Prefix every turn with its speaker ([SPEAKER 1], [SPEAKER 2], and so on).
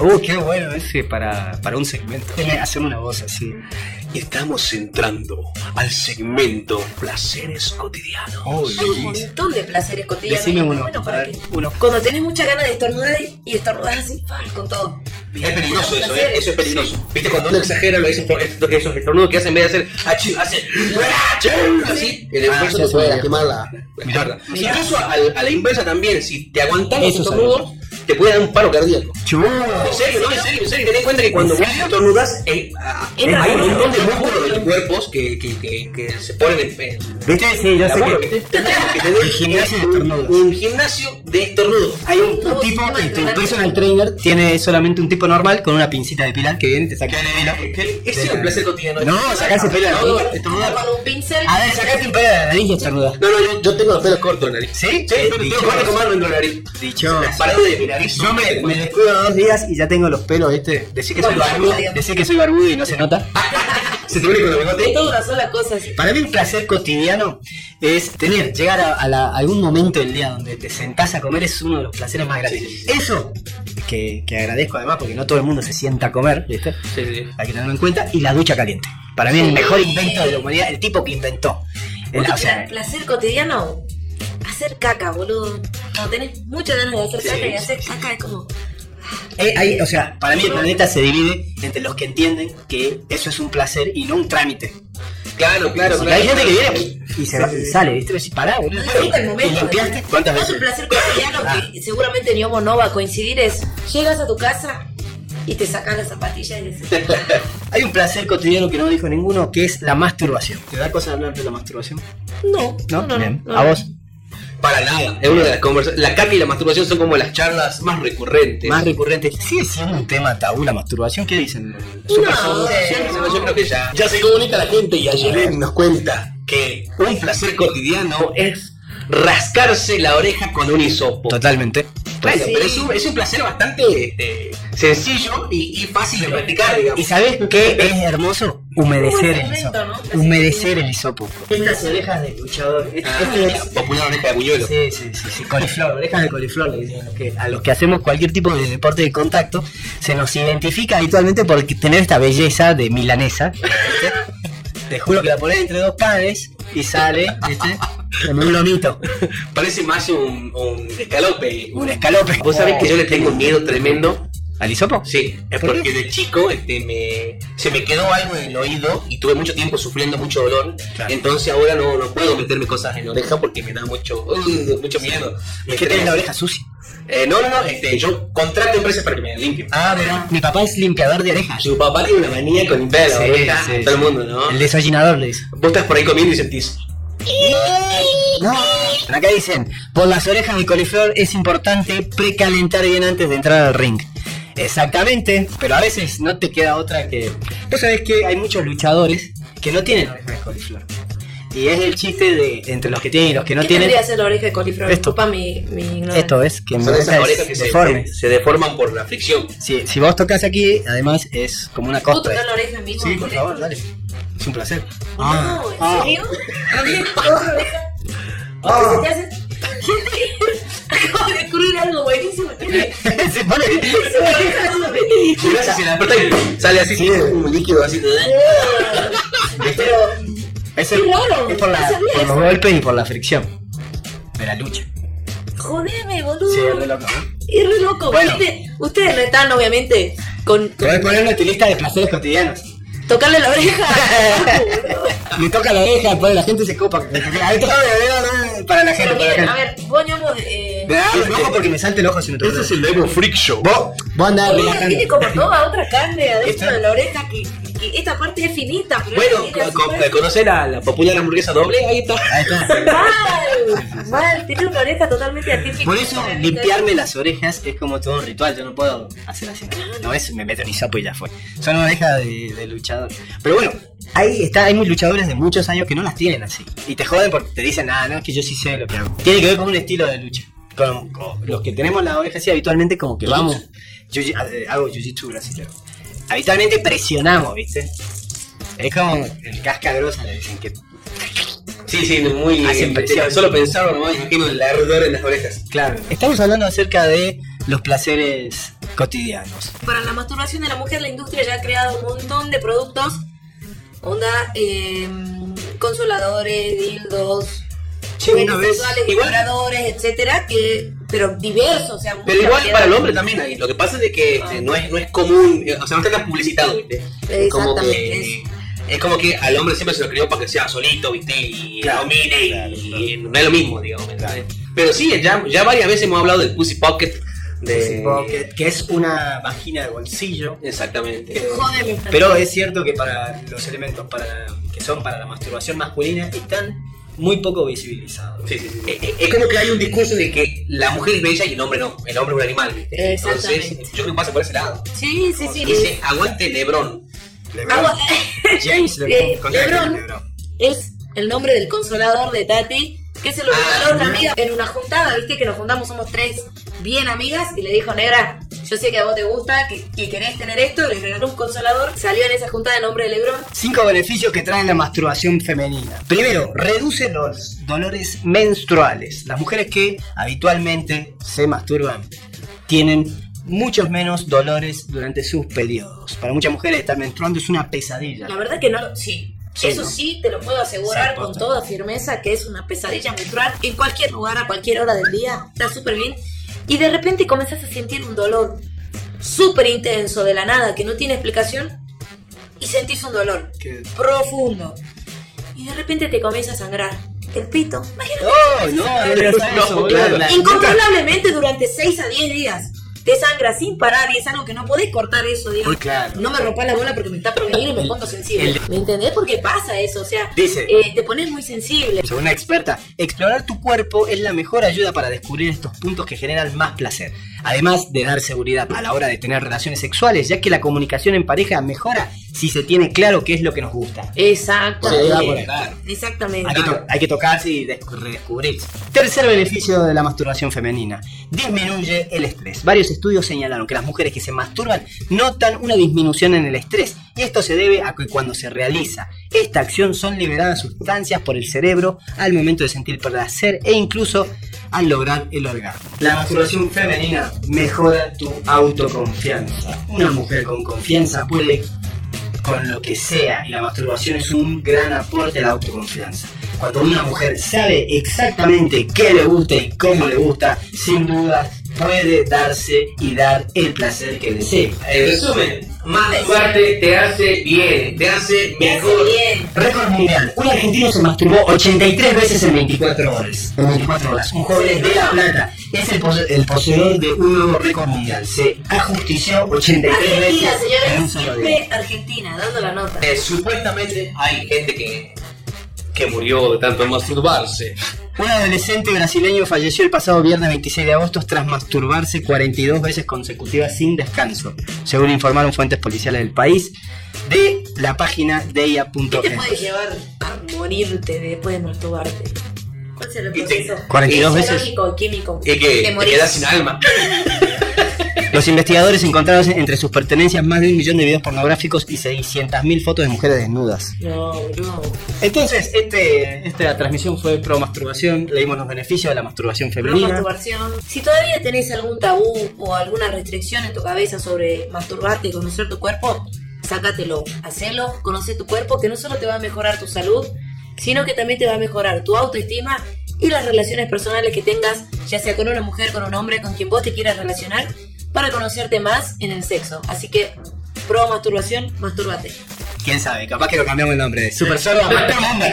[SPEAKER 1] Oh,
[SPEAKER 2] Uh, qué bueno ese para, para un segmento.
[SPEAKER 1] Hacer una voz así.
[SPEAKER 3] Estamos entrando al segmento placeres cotidianos.
[SPEAKER 4] Hay un montón de placeres cotidianos.
[SPEAKER 1] Oh, Decime
[SPEAKER 4] Y
[SPEAKER 1] uno,
[SPEAKER 4] bueno,
[SPEAKER 1] a
[SPEAKER 4] para
[SPEAKER 1] ver,
[SPEAKER 4] que-
[SPEAKER 1] uno.
[SPEAKER 4] Cuando tenés mucha ganas de estornudar y- y estornudar así, ¡pam! con todo.
[SPEAKER 3] Es peligroso eso, ¿eh?
[SPEAKER 4] Placeres.
[SPEAKER 3] Eso es peligroso. Viste, cuando uno exagera, lo dicen por esto- esos estornudos que hacen en vez de hacer achí, hace achí, así, el esfuerzo
[SPEAKER 1] ya
[SPEAKER 3] te
[SPEAKER 1] se
[SPEAKER 3] puede
[SPEAKER 1] me
[SPEAKER 3] lastimar la, espalda. Incluso a, a la inversa también, si te aguantas los
[SPEAKER 1] Eso es
[SPEAKER 3] estornudos, te puede dar un paro cardíaco. En serio, no, en serio, en serio, ten en cuenta que cuando vos estornudas, eh, ah,
[SPEAKER 4] Entra
[SPEAKER 3] hay un
[SPEAKER 4] todo.
[SPEAKER 3] montón de músculos de los cuerpos que, que, que, que se ponen en, en
[SPEAKER 1] ¿Viste? Sí, yo sé
[SPEAKER 3] laburo,
[SPEAKER 1] que.
[SPEAKER 3] ¿viste? Tendríamos que tener
[SPEAKER 1] El gimnasio de
[SPEAKER 3] un-
[SPEAKER 1] estornudos.
[SPEAKER 3] Un gimnasio de estornudos.
[SPEAKER 1] Hay un
[SPEAKER 4] No,
[SPEAKER 1] tipo,
[SPEAKER 4] no,
[SPEAKER 1] el, el
[SPEAKER 4] no, no.
[SPEAKER 1] personal trainer tiene solamente un tipo normal con una pincita de pilar que viene y te saca el pelo.
[SPEAKER 3] Ese es el placer cotidiano.
[SPEAKER 1] No, sacarse pelo de la nariz, estornudar.
[SPEAKER 4] Con un pincel.
[SPEAKER 1] A ver, sacate un pelo de la nariz y estornudar.
[SPEAKER 3] No, no, yo, yo tengo los pelos cortos en la nariz.
[SPEAKER 1] ¿Sí?
[SPEAKER 3] Sí, pero tengo que comer dentro de la nariz.
[SPEAKER 1] Dicho.
[SPEAKER 3] Parado de mi nariz.
[SPEAKER 1] Yo me, me descuido dos días y ya tengo los pelos, ¿viste? Decir que soy
[SPEAKER 4] Bueno,
[SPEAKER 1] barbudo,
[SPEAKER 4] bien.
[SPEAKER 1] decir que soy barbudo y no se nota.
[SPEAKER 3] ¿Se te une con el bigote?
[SPEAKER 4] Es toda una sola cosa. así.
[SPEAKER 1] Para mí un placer cotidiano es tener, llegar a, a la- algún momento del día donde te sentás a comer es uno de los placeres más grandes. Eso, que, que agradezco además porque no todo el mundo se sienta a comer, ¿viste?
[SPEAKER 3] Sí, sí.
[SPEAKER 1] Hay que tenerlo en cuenta. Y la ducha caliente. Para mí el mejor invento de la humanidad, el tipo que inventó. El-
[SPEAKER 4] Otro
[SPEAKER 1] o sea,
[SPEAKER 4] placer cotidiano, hacer caca, boludo. Cuando tenés muchas ganas de hacer caca y hacer caca es como.
[SPEAKER 1] eh, hay- o sea, para mí el planeta se divide entre los que entienden que eso es un placer y no un trámite.
[SPEAKER 3] Claro, claro,
[SPEAKER 1] Porque
[SPEAKER 3] claro.
[SPEAKER 1] hay gente que viene y se va- y sale, ¿viste? Y decís, Pará, boludo.
[SPEAKER 4] Disfruta el
[SPEAKER 1] ¿Y
[SPEAKER 4] momento.
[SPEAKER 1] limpiaste? ¿Cuántas
[SPEAKER 4] Otro
[SPEAKER 1] veces? Ah.
[SPEAKER 4] placer cotidiano que seguramente ni homo no va a coincidir es llegas a tu casa y te sacas las zapatillas y decís,
[SPEAKER 1] Hay un placer cotidiano que no dijo ninguno, que es la masturbación. ¿Te da cosa hablar de la masturbación?
[SPEAKER 4] no,
[SPEAKER 1] ¿No?
[SPEAKER 4] no, no,
[SPEAKER 1] Bien.
[SPEAKER 4] no.
[SPEAKER 1] ¿A vos?
[SPEAKER 3] Para nada. Es una de las conversaciones. La caca y la masturbación son como las charlas más recurrentes.
[SPEAKER 1] Más recurrente. Sigue siendo un tema tabú la masturbación. ¿Qué dicen?
[SPEAKER 4] No,
[SPEAKER 3] Sí,
[SPEAKER 4] eh,
[SPEAKER 3] no, yo creo que ya.
[SPEAKER 2] Ya se comunica la gente y ayer nos cuenta.
[SPEAKER 3] Que un placer cotidiano es rascarse la oreja con un hisopo.
[SPEAKER 1] Totalmente.
[SPEAKER 3] Bueno,
[SPEAKER 1] Pues
[SPEAKER 4] Sí.
[SPEAKER 3] pero es un, es un placer bastante este, sencillo y, y fácil de practicar, digamos.
[SPEAKER 1] ¿Y sabes qué es hermoso? Humedecer el hisopo. Humedecer el hisopo. Estas orejas de luchador. Este-
[SPEAKER 3] Ah,
[SPEAKER 1] este
[SPEAKER 3] la popular oreja de buñuelo.
[SPEAKER 1] Sí, sí, sí, sí, coliflor, orejas de coliflor, le dicen a los, que, a los que hacemos cualquier tipo de deporte de contacto, se nos identifica habitualmente por tener esta belleza de milanesa. ¿viste? Te juro que la pones entre dos panes y sale, ¿viste? Como un lomito,
[SPEAKER 3] Parece más un, un escalope.
[SPEAKER 1] un escalope.
[SPEAKER 3] Vos sabés que yo le tengo un miedo tremendo.
[SPEAKER 1] ¿Al hisopo?
[SPEAKER 3] Sí, es
[SPEAKER 1] ¿Por
[SPEAKER 3] porque de chico este, me, se me quedó algo en el oído y tuve mucho tiempo sufriendo mucho dolor.
[SPEAKER 1] Claro.
[SPEAKER 3] Entonces ahora no, no puedo meterme cosas en la oreja porque me da mucho, uh, mucho miedo.
[SPEAKER 1] Es que tenés la oreja sucia.
[SPEAKER 3] Eh, no, no, no. Este, yo contrato empresas para que me la limpien.
[SPEAKER 1] Ah, verá. Mi papá es limpiador de orejas.
[SPEAKER 3] Su papá tiene una manía con limpiar la
[SPEAKER 1] Sí,
[SPEAKER 3] oreja
[SPEAKER 1] sí,
[SPEAKER 3] a
[SPEAKER 1] sí.
[SPEAKER 3] todo el mundo, ¿no?
[SPEAKER 1] El desollinador le dice.
[SPEAKER 3] Vos estás por ahí comiendo y sentís.
[SPEAKER 1] No. Acá dicen, por las orejas de coliflor es importante precalentar bien antes de entrar al ring. Exactamente, pero a veces no te queda otra que... Vos sabés que hay muchos luchadores que no tienen orejas de coliflor. Y es el chiste de entre los que tienen y los que no
[SPEAKER 4] ¿Qué
[SPEAKER 1] tienen.
[SPEAKER 4] tendría que ser la oreja de coliflor?
[SPEAKER 1] Esto.
[SPEAKER 4] Disculpa mi, mi ignorancia.
[SPEAKER 1] Esto es, que mi
[SPEAKER 3] Son esas
[SPEAKER 1] oreja es
[SPEAKER 3] orejas que se,
[SPEAKER 1] deforme.
[SPEAKER 3] se deforman por la fricción.
[SPEAKER 1] Si, si vos tocas aquí, además es como una
[SPEAKER 4] ¿Puedo
[SPEAKER 1] costa.
[SPEAKER 4] tocar la oreja mismo?
[SPEAKER 1] Sí, por favor, dale. Es un placer. Ah,
[SPEAKER 4] No, ¿en serio? ¿A mí me tocó la oreja? ¿Se te hace? Gente, acabo de descubrir algo buenísimo.
[SPEAKER 1] ah. se pone...
[SPEAKER 4] Se me deja solo.
[SPEAKER 3] Gracias, se la apretas y sale así un líquido así.
[SPEAKER 1] Es, el-
[SPEAKER 4] Qué raro,
[SPEAKER 1] es por, la-
[SPEAKER 4] no sabía
[SPEAKER 1] por los
[SPEAKER 4] eso.
[SPEAKER 1] golpes y por la fricción. De la lucha.
[SPEAKER 4] Jodeme, boludo.
[SPEAKER 1] loco.
[SPEAKER 4] Es re loco.
[SPEAKER 1] Bueno.
[SPEAKER 4] Gente, Ustedes no están, obviamente, con
[SPEAKER 1] Podés ponerlo en tu lista de placeres cotidianos.
[SPEAKER 4] tocarle la oreja.
[SPEAKER 1] Me toca la oreja, pues la gente se copa. Ahí está, me veo, Para la gente,
[SPEAKER 4] Pero
[SPEAKER 1] para la
[SPEAKER 4] miren, a
[SPEAKER 1] gente.
[SPEAKER 4] ver, vos, ñomo, eh,
[SPEAKER 1] Me da el ojo porque me salta el ojo si me toca.
[SPEAKER 2] Este es el Evo Freak Show.
[SPEAKER 1] Vos, vos andás
[SPEAKER 4] tiene,
[SPEAKER 1] relajando.
[SPEAKER 4] tiene como toda otra carne adentro
[SPEAKER 1] Esta-
[SPEAKER 4] de la oreja que, que esta parte es finita. Pero
[SPEAKER 3] Bueno,
[SPEAKER 4] esta
[SPEAKER 3] co-
[SPEAKER 4] tiene
[SPEAKER 3] co- ¿conocés la, la popular hamburguesa doble? Ahí está.
[SPEAKER 1] Ahí está.
[SPEAKER 4] super- Mal, mal, tiene una oreja totalmente atípica.
[SPEAKER 1] Por eso limpiarme las orejas es como todo un ritual, yo no puedo hacer así. Ah, No es me meto en hisopo y ya fue. Son orejas de, de luchador. Pero bueno, ahí está, hay muy luchadores de muchos años que no las tienen así. Y te joden porque te dicen, ah, no, es que yo sí sé lo que hago. Tiene que ver con un estilo de lucha. Con, con los que tenemos las orejas así habitualmente como que vamos. Jiu- eh, hago jiu-jitsu brasileño. Habitualmente presionamos, ¿viste? Es como el cascagrosa, le dicen que...
[SPEAKER 3] Sí, sí, muy.
[SPEAKER 1] Hace impresión.
[SPEAKER 3] Solo pensaba nomás, imagino el ardor en las orejas.
[SPEAKER 1] Claro. Estamos hablando acerca de los placeres cotidianos.
[SPEAKER 4] Para la masturbación de la mujer, la industria ya ha creado un montón de productos. Onda, eh, consoladores, dildos,
[SPEAKER 3] Che, una vez-
[SPEAKER 4] sexuales,
[SPEAKER 3] igual-
[SPEAKER 4] vibradores, etcétera, que, pero diversos, o sea,
[SPEAKER 3] Pero
[SPEAKER 4] mucha
[SPEAKER 3] igual
[SPEAKER 4] variedad.
[SPEAKER 3] para el hombre también hay. Lo que pasa es de que este, no, es, no es común, eh, o sea, no está tan publicitado, ¿viste?
[SPEAKER 4] Exactamente,
[SPEAKER 3] Como que, es como que al hombre siempre se lo crió para que sea solito, ¿viste? Y
[SPEAKER 1] Claro,
[SPEAKER 3] domine y,
[SPEAKER 1] claro, claro.
[SPEAKER 3] y no es lo mismo, digamos. ¿entendés? Pero sí, ya, ya varias veces hemos hablado del Pussy Pocket. De...
[SPEAKER 1] que, que es una vagina de bolsillo.
[SPEAKER 3] Exactamente.
[SPEAKER 4] Joder, mi
[SPEAKER 1] Pero es cierto que para los elementos para, que son para la masturbación masculina están muy poco visibilizados.
[SPEAKER 3] Sí, sí, sí. Eh, eh, Es como que hay un discurso de que la mujer es bella y el hombre no. El hombre es un animal, ¿viste? Entonces,
[SPEAKER 4] Exactamente.
[SPEAKER 3] yo creo que pasa por ese lado.
[SPEAKER 4] Sí, sí, sí.
[SPEAKER 3] Dice, aguante Lebrón.
[SPEAKER 4] Agua-
[SPEAKER 1] James
[SPEAKER 4] Ah, Eh,
[SPEAKER 1] Lebron. con James
[SPEAKER 4] Lebron.
[SPEAKER 1] Lebron.
[SPEAKER 4] es el nombre del consolador de Tati, que se lo regaló una amiga en una juntada, viste que nos juntamos, somos tres bien amigas, y le dijo, negra, yo sé que a vos te gusta, que, que querés tener esto, le regaló un consolador, salió en esa juntada el nombre de Lebron.
[SPEAKER 1] Cinco beneficios que traen la masturbación femenina. Primero, reduce los dolores menstruales. Las mujeres que habitualmente se masturban tienen muchos menos dolores durante sus periodos. Para muchas mujeres estar menstruando es una pesadilla.
[SPEAKER 4] La verdad que no, lo- sí.
[SPEAKER 1] Sí,
[SPEAKER 4] Eso
[SPEAKER 1] ¿no?
[SPEAKER 4] sí, te lo puedo asegurar
[SPEAKER 1] Sí,
[SPEAKER 4] con
[SPEAKER 1] posta.
[SPEAKER 4] toda firmeza que es una pesadilla menstrual en cualquier lugar, a cualquier hora del día, está súper bien. Y de repente comenzás a sentir un dolor súper intenso de la nada que no tiene explicación y sentís un dolor
[SPEAKER 1] Que-
[SPEAKER 4] profundo. Y de repente te comienza a sangrar el pito. Imagínate.
[SPEAKER 1] ¡Oh, no! No, digas eso, boludo.
[SPEAKER 3] claro.
[SPEAKER 1] La-
[SPEAKER 4] Incontrolablemente durante 6 a 10 días. Te sangra sin parar y es algo que no podés cortar eso, digo.
[SPEAKER 1] Muy claro.
[SPEAKER 4] No me rompa la bola porque me está provenir y me pongo sensible.
[SPEAKER 1] el-
[SPEAKER 4] ¿Me entendés? Porque pasa eso, o sea,
[SPEAKER 1] Dice-
[SPEAKER 4] eh, te pones muy sensible.
[SPEAKER 1] Según una experta, explorar tu cuerpo es la mejor ayuda para descubrir estos puntos que generan más placer, además de dar seguridad a la hora de tener relaciones sexuales, ya que la comunicación en pareja mejora si se tiene claro qué es lo que nos gusta.
[SPEAKER 4] Exactamente.
[SPEAKER 1] Sí, va por ahí.
[SPEAKER 4] Exactamente.
[SPEAKER 1] Hay que, to- hay que tocarse y des- redescubrirse. Tercer beneficio de la masturbación femenina. Disminuye el estrés. Varios estudios señalaron que las mujeres que se masturban notan una disminución en el estrés. Y esto se debe a que cuando se realiza esta acción son liberadas sustancias por el cerebro al momento de sentir placer e incluso al lograr el orgasmo. La masturbación femenina mejora tu autoconfianza. Una mujer con confianza puede con lo que sea y la masturbación es un gran aporte a la autoconfianza. Cuando una mujer sabe exactamente qué le gusta y cómo le gusta, sin duda puede darse y dar el placer que desee.
[SPEAKER 3] En resumen, más fuerte te hace bien, te hace
[SPEAKER 4] Te hace
[SPEAKER 3] mejor.
[SPEAKER 4] bien.
[SPEAKER 1] Récord mundial. Un argentino se masturbó 83 veces en 24 horas. En 24 horas. Un joven de La Plata es el, pose- el poseedor de un nuevo récord mundial. Se ajustició 83 veces
[SPEAKER 4] Argentina,
[SPEAKER 1] en un
[SPEAKER 4] señores,
[SPEAKER 1] solo día.
[SPEAKER 4] siempre Argentina, dando la nota.
[SPEAKER 3] Eh, supuestamente hay gente que, que murió de tanto masturbarse.
[SPEAKER 1] Un adolescente brasileño falleció el pasado viernes 26 de agosto tras masturbarse 42 veces consecutivas sin descanso, según informaron fuentes policiales del país de la página deia.es.
[SPEAKER 4] ¿Qué te puede llevar a morirte después de masturbarte? ¿Cuál será el
[SPEAKER 3] Y te-
[SPEAKER 4] proceso?
[SPEAKER 1] 42 veces.
[SPEAKER 4] Fisiológico, químico.
[SPEAKER 3] Y que
[SPEAKER 4] Te
[SPEAKER 3] te,
[SPEAKER 4] morís.
[SPEAKER 3] quedas sin alma.
[SPEAKER 1] Los investigadores encontraron entre sus pertenencias más de un millón de videos pornográficos y 600.000 fotos de mujeres desnudas.
[SPEAKER 4] No, no.
[SPEAKER 1] Entonces, este, esta transmisión fue pro masturbación, leímos los beneficios de la masturbación
[SPEAKER 4] Pero
[SPEAKER 1] femenina.
[SPEAKER 4] masturbación. Si todavía tenés algún tabú o alguna restricción en tu cabeza sobre masturbarte y conocer tu cuerpo, sácatelo, hacelo, conoce tu cuerpo, que no solo te va a mejorar tu salud, sino que también te va a mejorar tu autoestima y las relaciones personales que tengas, ya sea con una mujer, con un hombre, con quien vos te quieras relacionar, para conocerte más en el sexo. Así que, pro masturbación, masturbate.
[SPEAKER 1] Quién sabe, capaz que lo cambiamos el nombre de Super Sordo. a Master Mundo.